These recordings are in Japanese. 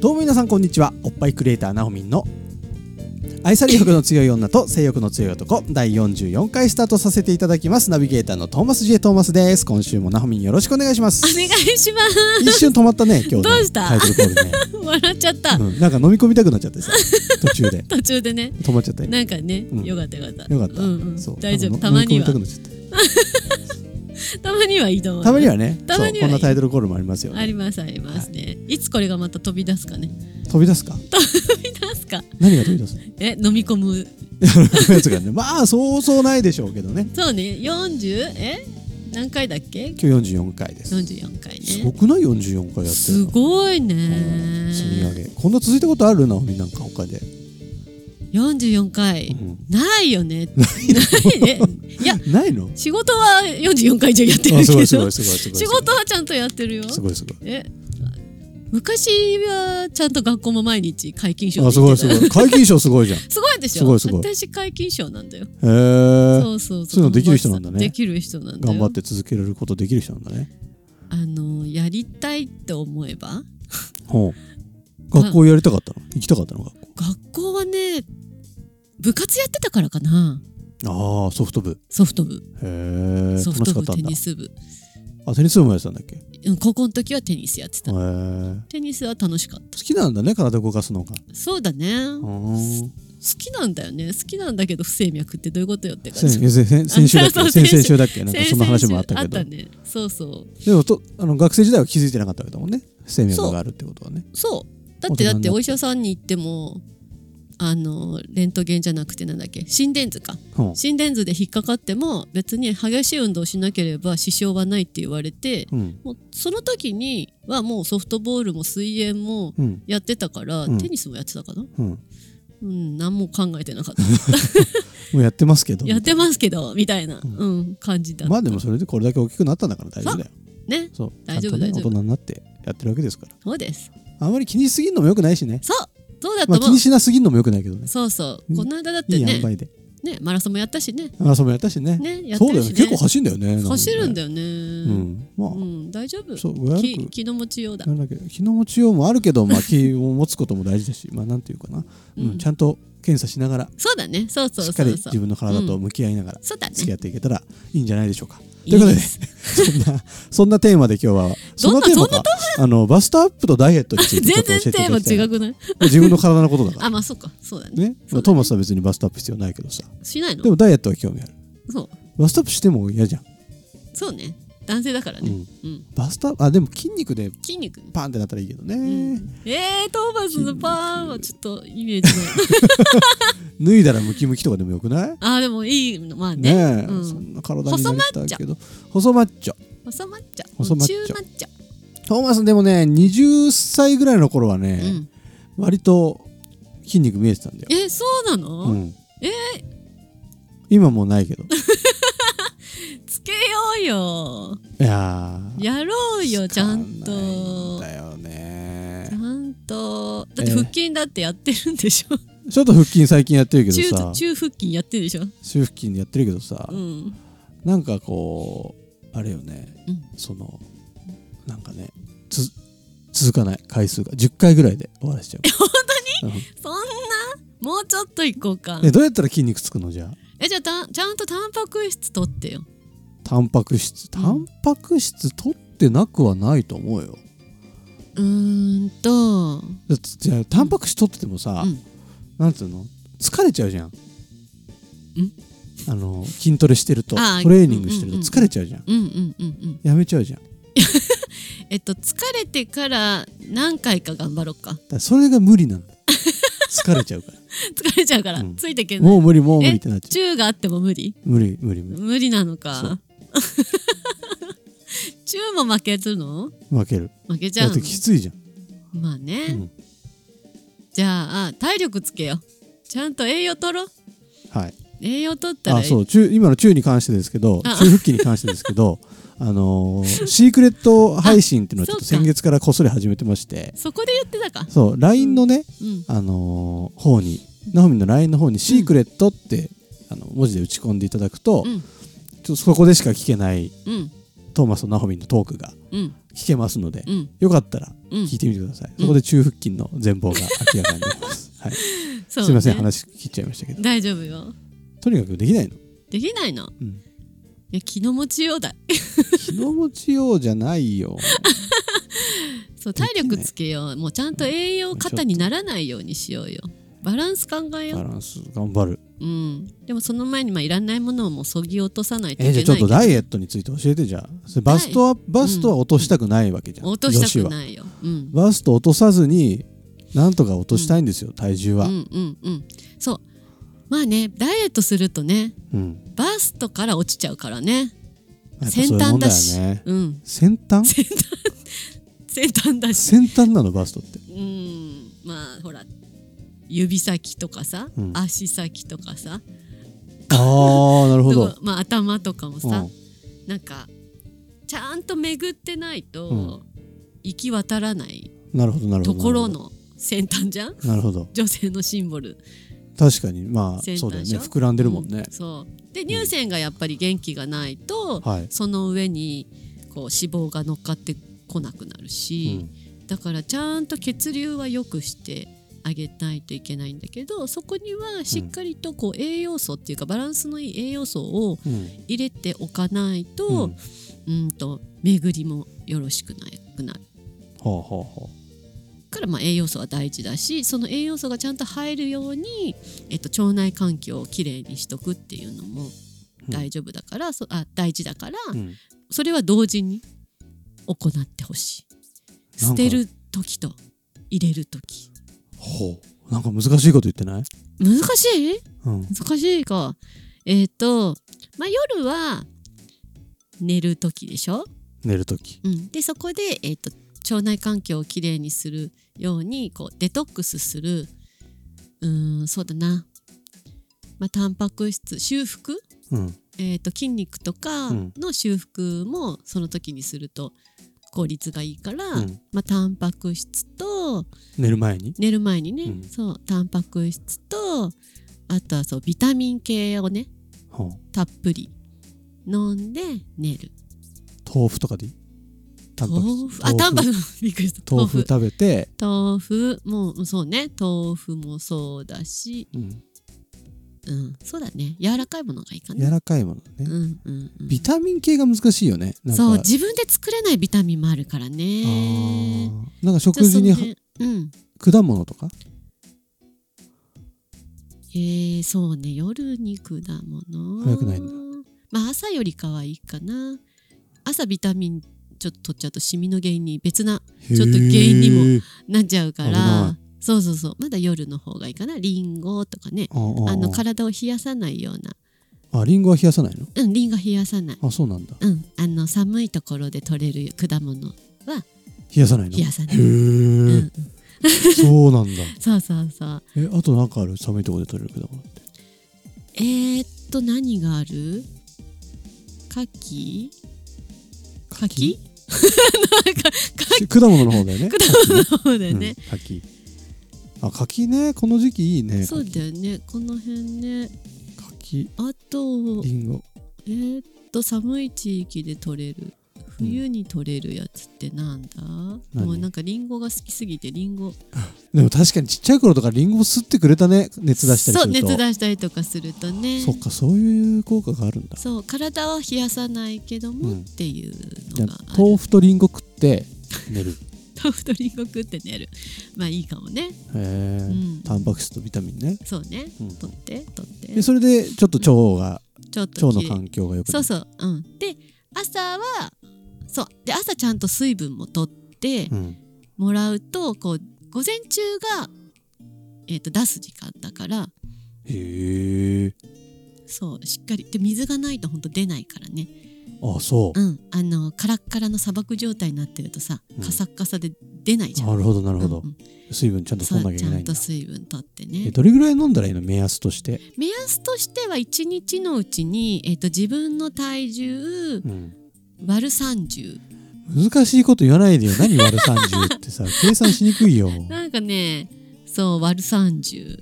どうも皆さんこんにちはおっぱいクリエイターなおみんの愛され欲の強い女と性欲の強い男第44回スタートさせていただきますナビゲーターのトーマス J トーマスです今週もなおみんよろしくお願いしまおす願いします。一瞬止まったね今日ねどうしたタイトルコールね、笑っちゃった。うん、なんか飲み込みたくなっちゃってさ途中で途中でね。止まっちゃったよなんかね、うんよかったよかった。よかった、うんうんそう大丈夫。なんたかまに飲み込みたく。はなっちゃったたまにはいいと思う。たまにはねたまにそうはいいこんなタイトルコールもありますよあねりますありますね、い。つこれがまた飛び出すかね。飛び出すか飛び出すか。何が飛び出す のえ、飲み込む。やつがねまあそうそうないでしょうけどねそうね、40? え何回だっけ今日44回です44回すごね。くない44回やってるのすごいね。積み上げこんな続いたことあるなおみなんか他で、 44回、うんないよね。ないね。いや、 ないの仕事は44回以上やってるあけすごど、いすごい仕すごい すごい事はちゃんとやってるよ。すごいすごいえ昔はちゃんと学校も毎日皆勤賞あです行ごっいてたすごい解禁賞すごいじゃ んへすごいでしょすごいすごい私皆勤賞なんだよ、えー、そうそうそういうのできる人なんだねできる人なんだよ頑張って続けることできる人なんだねあのやりたいって思えばほう学校やりたかったの行きたかったの学学校はね部活やってたからかな校ああソフト部ソフト部へえ楽ソフしトかっ部たテんだニス部あテニス部もやってたんだっけへうん高校の時はテニスやってえたテニスは楽しかった好きなんだね体動かすのがそうだねう 好ーんきなんだよね好きなんだけど不整脈ってどういうことよって感先じ先先先週 だっあそけう先先々々週だっけなんかそんな話もあったけ先ど々週あったねそうそうでもとあの学生時代は気づいてなかったわけだもんね生命があるってことはねそうだ大人っにてなってだってお医者さんに行ってもあのレントゲンじゃなくてなんだっけ心電図かほう心電図で引っかかっても別に激しい運動しなければ支障はないって言われてうんもうその時にはもうソフトボールも水泳もうんやってたから、うんテニスもやってたかなうんうん何も考えてなかっ たもうやってますけど。やってますけどみたいんな、うん、感じだった、まあでもそれでこれだけ大きくなったんだから大丈夫だよ。ねそう。大丈夫ちゃんとね大丈大夫人になってやってるわけですから。そうですあんまり気にしすぎるのもよくないしね。そうそうだとまあ思気う、にしなすぎるのもよくないけどね。そうそううんこの間だっていい塩ね梅で。ねマラソンもやったしねあ、そうもやったしね。ねやっそうてだるよね。し、ね、結構走るんだよね。走るんだよ。よね。う、うんん。まあ、大丈夫。そう、500き気の持ちようだ。なんだっけ気の持ちようもあるけど、 まあ、気を持つことも大事だし、まあ、なんていうかな、ううんん、ちゃんと検査しながら、そうだね。そうそうしっかりそうそ自う。分の体と向き合いながら、そうだね。付き合っていけたらいいんじゃないでしょうか。ということでいいすそんな、 そんなテーマで今日は、そどのんなテーマか、あの、バストアップとダイエットについてちょ 全っと教え然ていテただきたいーマな。違くない？ 自分の体のことだかあ、ら。まあそうか。そうだね。ね、まあトーマスは別にバストアップ必要ないけどさ。しないので？もダイエットは興味ある。そう。バストアップしても嫌じゃん。そうね。男性だからうね。ん。うん。バストアップ、あ、でも筋肉で筋肉。パンってなったらいいけどうね。ん、えー、トーマスのパーンはちょっとイメージない。 脱いだらムキムキとかでもよくないあーでもいいのまあね。ねえ、うんそんな体になりたいけど。細マッチョ。細マッチョ。細マッチョ中マッチョ。トーマスでもね、20歳ぐらいの頃はうね、ん。割と筋肉見えてたんだよ。え、そうなの？うん。え今もうないけ ど。つけようよ。いやー。やろうよちゃんと。だよねちゃんとだってええ腹筋だってやってるんでしょ、ちょっと腹筋最近やってるけどさ中中腹筋やってるでしょ中腹筋やってるけどさ、うんなんかこうあれよね、うんそのなんかねつ続かない回数が10回ぐらいで終わらせちゃう本そんなもうちょっといこうかえどうやったら筋肉つくのじゃあえじゃあたちゃんとタンパク質取ってよタンパク質タンパク質取ってなくはないと思うようーんとだってじゃあタンパク質取っててもさ、うんなんつうの疲れちゃうじゃんあの筋トレしてるとあートレーニングしてるとうんうんうん疲れちゃうじゃんうんうんうんうんやめちゃうじゃんだかえっと疲れてから何回か頑張ろうから それが無理なんだ疲れちゃうから疲れちゃうから、うんついていけないもう無理もう無理ってなっちゃ中があっても無理う無理無理無理無理なのそか 中シューも負けずの負ける負けちゃだっうてのきついじゃんまあね、うんじゃあ体力つけようちゃんと栄養取ろうはい栄養取ったらあそう中今の中に関してですけどあ中腹筋に関してですけどあのーシークレット配信っていうのをちょっとそうか先月からこっそり始めてましてそこで言ってたかそう LINE のね、うんあのー方にナホミの LINE の方に「シークレット」って、あの文字で打ち込んでいただくと、うんちょっとそこでしか聞けないうんトーマスとナホミのトークがうん聞けますので、うんよかったらうん聞いてみてください、うんそこで中腹筋の全貌が明らかになります、はい、そうねすいません話切っちゃいましたけど大丈夫よとにかくできないの、できないのうん、いや気の持ちようだ気の持ちようじゃないよそうできな体い力つけようもうちゃんと栄養肩にならないようにしようよバランス考え よバランス頑張るう、うん、でもその前にまあいらないものをもうそぎ落とさないといえけじなゃあいちょっとダけイエットについて教えてじゃあそれバストはバストは落としたくないわけじゃん、ど落としたく女子はないよ、うん、バスト落とさずになんとか落としたいんですよ、体重は、ううんんうんうんそうまあねダイエットするとねバストから落ちちゃうからねやっぱそうい先うも端んだだよしねうん先端先端先端だし先端なのバストっ てうんまあほら指先とかさ、うん足先とかさああなるほとどか、まあ、頭とかもうさ、ん、なんかちゃんと巡ってないと、うん行き渡らないなるほどなるほどところの先端じゃんなるほど女性のシンボル確かにま先あ端そうだよでしねょ膨らんでるもんねう、そうで乳腺がやっぱり元気がないと、はい、その上にこう脂肪が乗っかってこなくなるうし、んだからちゃんと血流は良くしてあげないといけないんだけどそこにはしっかりとこう栄養素っていうかバランスのいい栄養素をうん入れておかないと、うん、うんと巡りもよろしくなくなるほうほうほから、まあ、栄養素は大事だしその栄養素がちゃんと入るように、えっと、腸内環境をきれいにしとくっていうのもうん大丈夫だから、そあ大事だから、う、うん、それは同時に行ってほしない捨んかてる時と入れる時ほうなんか難しいこと言ってない、難しいうん、難しいかえっ、と、まあ、夜は寝る時でしょ、寝るときうん、でそこで、えー、と腸内環境をきれいにするようにこうデトックスするうーんそうだな、まあ、タンパク質修復、うんえー、と筋肉とかうんの修復もその時にすると効率がいいから、うんまあ、タンパク質と寝る前に寝る前にね、うんそうタンパク質とあとはそうビタミン系をねほうたっぷり飲んで寝る豆腐とかでいいタンパク質豆腐あタンパク 質びっくりした豆腐食べて、豆腐もうそうね豆腐もそうだし、うん、うん、そうだね柔らかいものがいいか柔な、らかいものうんね、うんうんビタミン系が難しいよねなんかそう自分で作れないビタミンもあるからあねーなんかじゃ食あそ事のに辺うん果物とかえー、そうね夜に果物早くないんまあ朝よりかはいいかな朝ビタミンちょっと取っちゃうとシミの原因に別なちょっと原因にもなっちゃうか危ならそうそうそうまだ夜の方がいいかなリンゴとかねあああのの体を冷やさないようなあリンゴは冷やさないのうんリンゴ冷やさないあそうなんだうんあの寒いところで取れる果物冷やさないの冷やさないへえ、うん そうなんだそうそうそうえあとなんかある寒いところで取れる果物ってえー、っと何がある柿柿 なんか柿果物の方だよ ねの方だよね、うん柿あ柿ねこの時期いいねそうだよねこの辺ね柿あとリンゴえー、っと寒い地域で取れる冬に取れるやつってなんだ、何もうなんかリンゴが好きすぎてリンゴでも確かにちっちゃい頃とかリンゴ吸ってくれたね熱出したりするとそう熱出したりとかするとねそっかそういう効果があるんだそう体は冷やさないけども、うんっていうじゃのあがある豆腐とリンゴ食って寝るへ豆腐とリンゴ食って寝るまあいいかもねえ、うんタンパク質とビタミンねそうね、うん取って取ってでそれでちょっと腸が、ちょっと腸きの環境が良くなそうるそううんで朝はそうで朝ちゃんと水分も取ってうん、もらうと、こう午前中が、えー、と出す時間だからへえそうしっかりで水がないとほんと出ないからね、あそうん、あのカラッカラの砂漠状態になってるとさ、うんカサッカサで出ないじゃんなるほどなるほうどんうん水分ちゃんとそ取んなきゃういちけゃないんんだと水分取ってえねどれぐらい飲んだらいいの目安として目安としては1日のうちに、えっと自分の体重うん割る30難しいこと言わないでよ何割る30って さ計算しにくいよなんかねそう割る30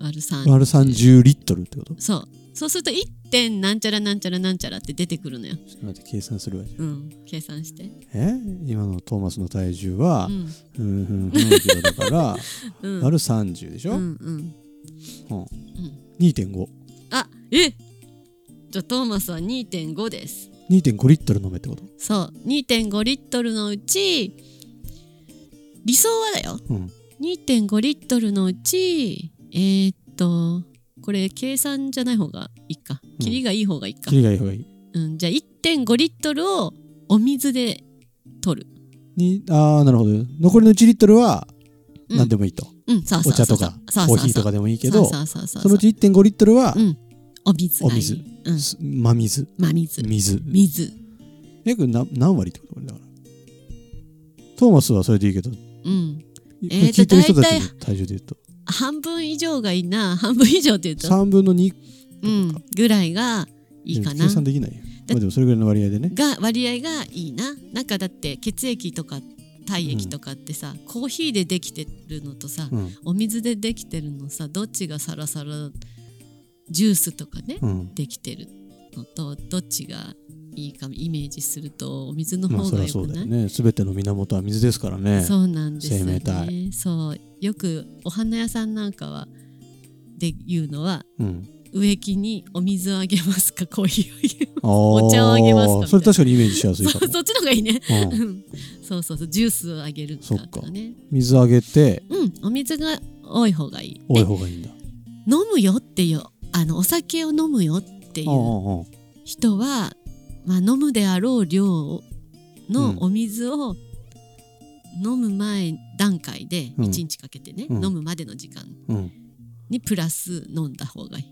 割る30割る30リットルってことちそうそうすると 1. 点なんちゃらなんちゃらなんちゃらって出てくるのよ、ょっと待って計算するわじゃうん、計算してえ今のトーマスの体重はう、んうん、うんうんキロだからうん割る30でしょ、ううんうんんうん2.5あえじゃあトーマスは2.5です2.5リットル飲めってことそう2.5リットルのうち理想はだようん2.5リットルのうちえー、っとこれ計算じゃない方がいいかんキリがいい方がいいか切、りがいい方がいいうん、じゃあ1.5リットルをお水で取る、にああなるほど残りの1リットルはうん、何でもいいと、うんそうそうお茶そうとそうかそうコそうそうーヒーとかでもいいけどそうそうそうそのうち1.5リットルはう、んお水がいいお水うんす真水真水水水約な何割ってことこれだからトーマスはそれでいいけど、うんいえーと聞いてる人たちの体重で言うと半分以上がいいな半分以上って言うと、 3分の2うん、ぐらいがいいかな計算できないよ、まあ、でもそれぐらいの割合でねが割合がいいななんかだって血液とか体液とかってさ、コーヒーでできてるのとさ、うんお水でできてるのさどっちがサラサラジュースとかね、うんできてるのとどっちがいいかイメージするとお水のまあ方そがりゃよそうくだなよい、ね全ての源は水ですからねそうなんですよ生命体ねそうよくお花屋さんなんかはで言うのは うん、植木にお水をあげま すかコーヒーをあげますかお茶をあげますかみたいなそれ確かにイメージしやすいかそもうそっちの方がいいねうんうんそうそうそうジュースをあげるかとかね水あげてうんお水が多い方がいい多いで方がいいんだ飲むよっていうあのお酒を飲むよっていうんううんうん人は、まあ、飲むであろう量うんのお水を飲む前段階で1うん日かけてね、うん飲むまでの時間うんにプラス飲んだ方がい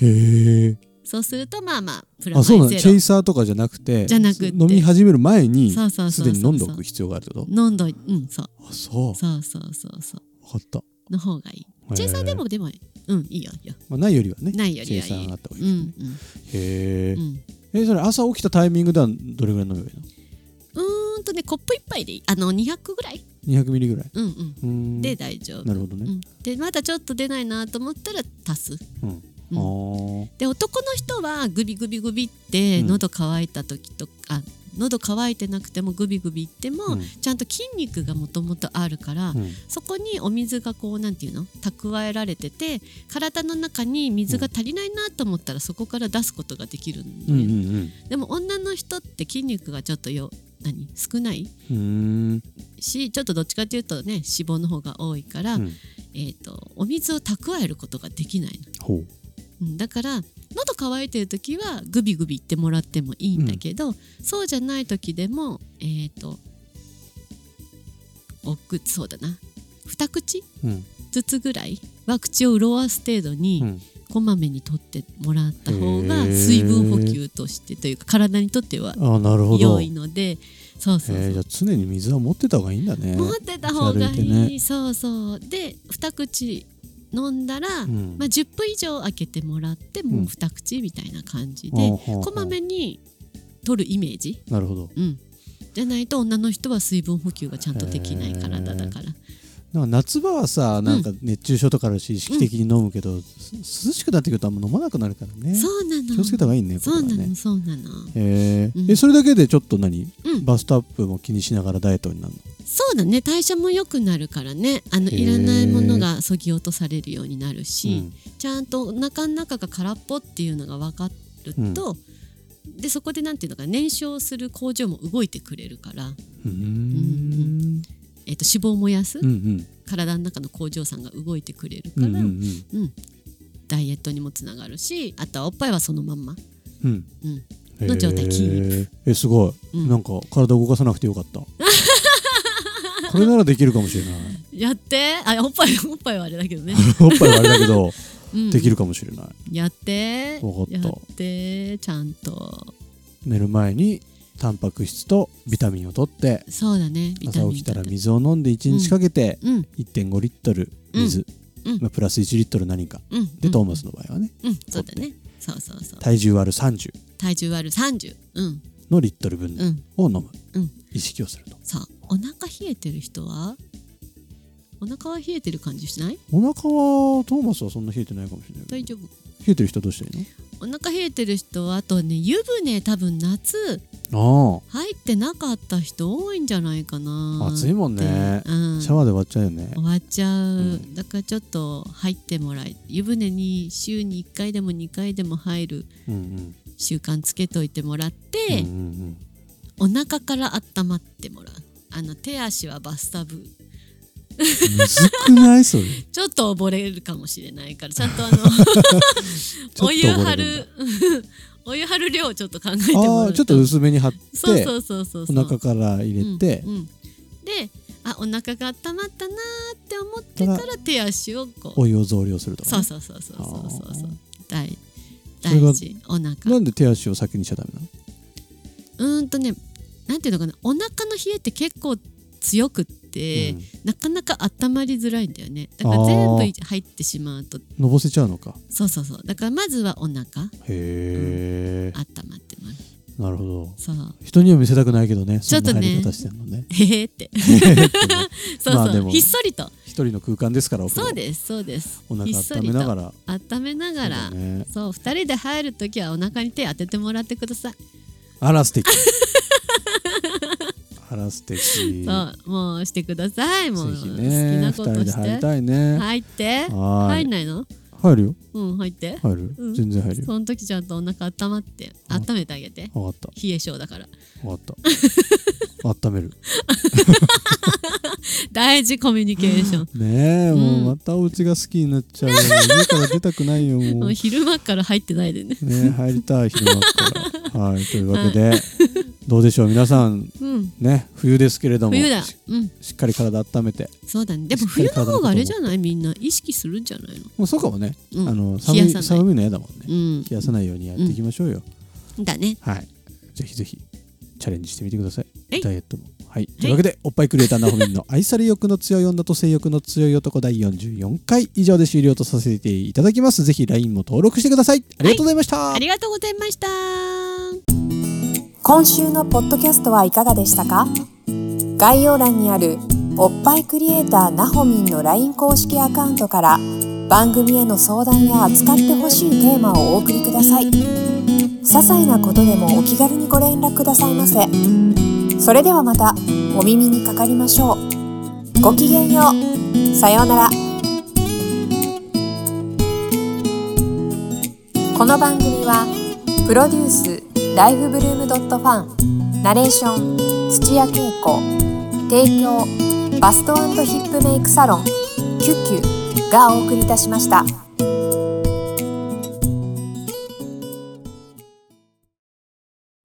いへえそうするとまあまあプラマあイそゼうロなのチェイサーとかじゃなくてじゃなくて飲み始める前にそうそうすそうそでうに飲んでおく必要があるってこと飲んどいうんそうあそうそうそうそうそう分かったの方がいいチェイサーでもでもうんいいよいいよまあ、ないよりはねないよりはいいチェイサーがあった方うがいい、んへえ、うんうんえそれ朝起きたタイミングではどれぐらい飲めばいいうーんとねコップ一杯でいいあの200ぐらいの200ミリぐらいうんうんうーんで大丈夫なるほどね、うんでまだちょっと出ないなと思ったら足すうんうんあで男の人はグビグビグビってうん喉乾いた時とか、あ喉乾いてなくてもグビグビいっても、うんちゃんと筋肉がもともとあるかあ、ら、うんそこにお水がこうなんていうの蓄えられてて体の中に水が足りないなと思ったらそこから出すことができるのよ、うんうんでも女の人って筋肉がちょっとよ何少ないうんうーんしちょっとどっちかというとね脂肪の方が多いから、うんえっとお水を蓄えることができないの、ほううん、だから喉乾いてる時はグビグビいってもらってもいいんだけど、そうじゃない時でもえっ、とおくそうだな二口うんずつぐらいは口を潤わす程度うにんこまめに取ってもらった方へがー水分補給としてというか体にとってはああなるほど良へいのでそうそうそうえじゃあ常に水は持ってた方がいいんだね持ってた方がい持ち歩いていそうそうで二口飲んだら、んまあ、10分以上開けてもらってうもうん二口みたいな感じで、ほうほうほうこまめに取るイメージ、なるほどうん、じゃないと女の人は水分補給がちゃんとできない体だから、なんか夏場はさなんか熱中症とかあるし意識的に飲むけど、す涼しくなってくるとあんま飲まなくなるからねそうなの気をつけた方がいいねそうこれなはのねそうなのへえうんえそれだけでちょっと何、うんバストアップも気にしながらダイエットになるのそうだね代謝も良くなるからねあのへーいらないものがそぎ落とされるようになるうし、んちゃんとお腹の中が空っぽっていうのが分かると、でそこでなんていうのかな燃焼する工場も動いてくれるから、うーんえっと脂肪を燃やす、うんうん体の中の工場さんが動いてくれるうから、んうんうんダイエットにもつながるしあとはおっぱいはそのまんま、うんうん、うんの状態へえ筋肉えすごい、うんなんか体動かさなくてよかった これならできるかもし れないやってあおっぱいおっぱいはあれだけどね、おっぱいはあれだけどうんできるかもしれないやってわかったやってちゃんと寝る前にタンパク質とビタミンを取ってそうだねビタ朝ミン起きたらとか水を飲んで1日かけてうん1.5リットル水、うんまあ、プラス1リットル何かうんで、うんトーマスの場合はねうんそうだねそうそうそう体重割る30体重割る30うんのリットル分うんを飲む、うん意識をするとさあお腹冷えてる人はお腹は冷えてる感じしないお腹はトーマスはそんな冷えてないかもしれないけど大丈夫冷えてる人どうしたらいいお腹冷えてる人はあとね湯船多分夏の入ってなかった人多いんじゃないかな暑いもんねうああん、シャワーで割っちゃうよね、終わっちゃう、んだからちょっと入ってもらい湯船に週に1回でも2回でも入るうんうん習慣つけといてもらっうんうて、んお腹から温まってもらうあの手足はバスタブうん、むずくないそれちょっと溺れるかもしれな いからちゃんとあのと お湯張溺れるる お湯張る量をちょっと考えてもあ らあうちょっと薄めに張ってそうそうそうそうそうお腹から入れて、うんうんであお腹が温まったなーって思ってから手足をこうお湯を増量するとかそね、うそうそうそうそうそうそあうー大それが大事お腹なんで手足を先にしちゃダメなのうーんとねなんていうのかなお腹の冷えって結構強くって、なかなか温まりづらいんだよねだから全部あー入ってしまうとうん、のぼせちゃうのかそうそうそうだからまずはお腹へえ、温まってもらうなるほどそう 人には見せたくないけどねちょっとねそんな入り方してんの ねへえってそうそう、まあでもひっそりと一人の空間ですからお風呂そうですそうですおひっそ腹り温めとながら温めながらそうだねそう二人で入るときはお腹に手当ててもらってください、あら素 敵あら素敵そうもうしてくださいもうぜ好きひねな二こ人とでし入りてたいね、入ってはーい入んないの入るようん入って入る、うん全然入るよその時ちゃんとお腹温まってうん温めてあげて分かった冷え性だから分かった 温める大事コミュニケーションねえ、んもうまたお家が好きになっちゃうよ家から出たくないよももううね昼間から入ってないでね え入りたい昼間からはいというわけで、どうでしょう皆さんうんね冬ですけれども冬だしうんしっかり体温めてそうだねでもしっかり冬体ののこと方があれじゃないみんな意識するんじゃないのもうそうかもね、うんあの冷寒やさないい寒いの嫌だもんね、うん冷やさないようにやっていきましょうよ、だねはいぜひぜひチャレンジしてみてくださはいいダイエットもはいというわけでおっぱいクリエイターなほみんの愛され欲の強い女と性欲の強い男第44回以上で終了とさせていただきますぜひ LINE も登録してくださいありがとうございました、ありがとうございました今週のポッドキャストはいかがでしたか概要欄にあるおっぱいクリエイターなほみんの LINE 公式アカウントから番組への相談や扱ってほしいテーマをお送りください些細なことでもお気軽にご連絡くださいませそれではまたお耳にかかりましょうごきげんようさようならこの番組は「プロデュースライフブルームドットファンナレーション土屋恵子提供バストヒップメイクサロン「キュッキュ」がお送りいたしました。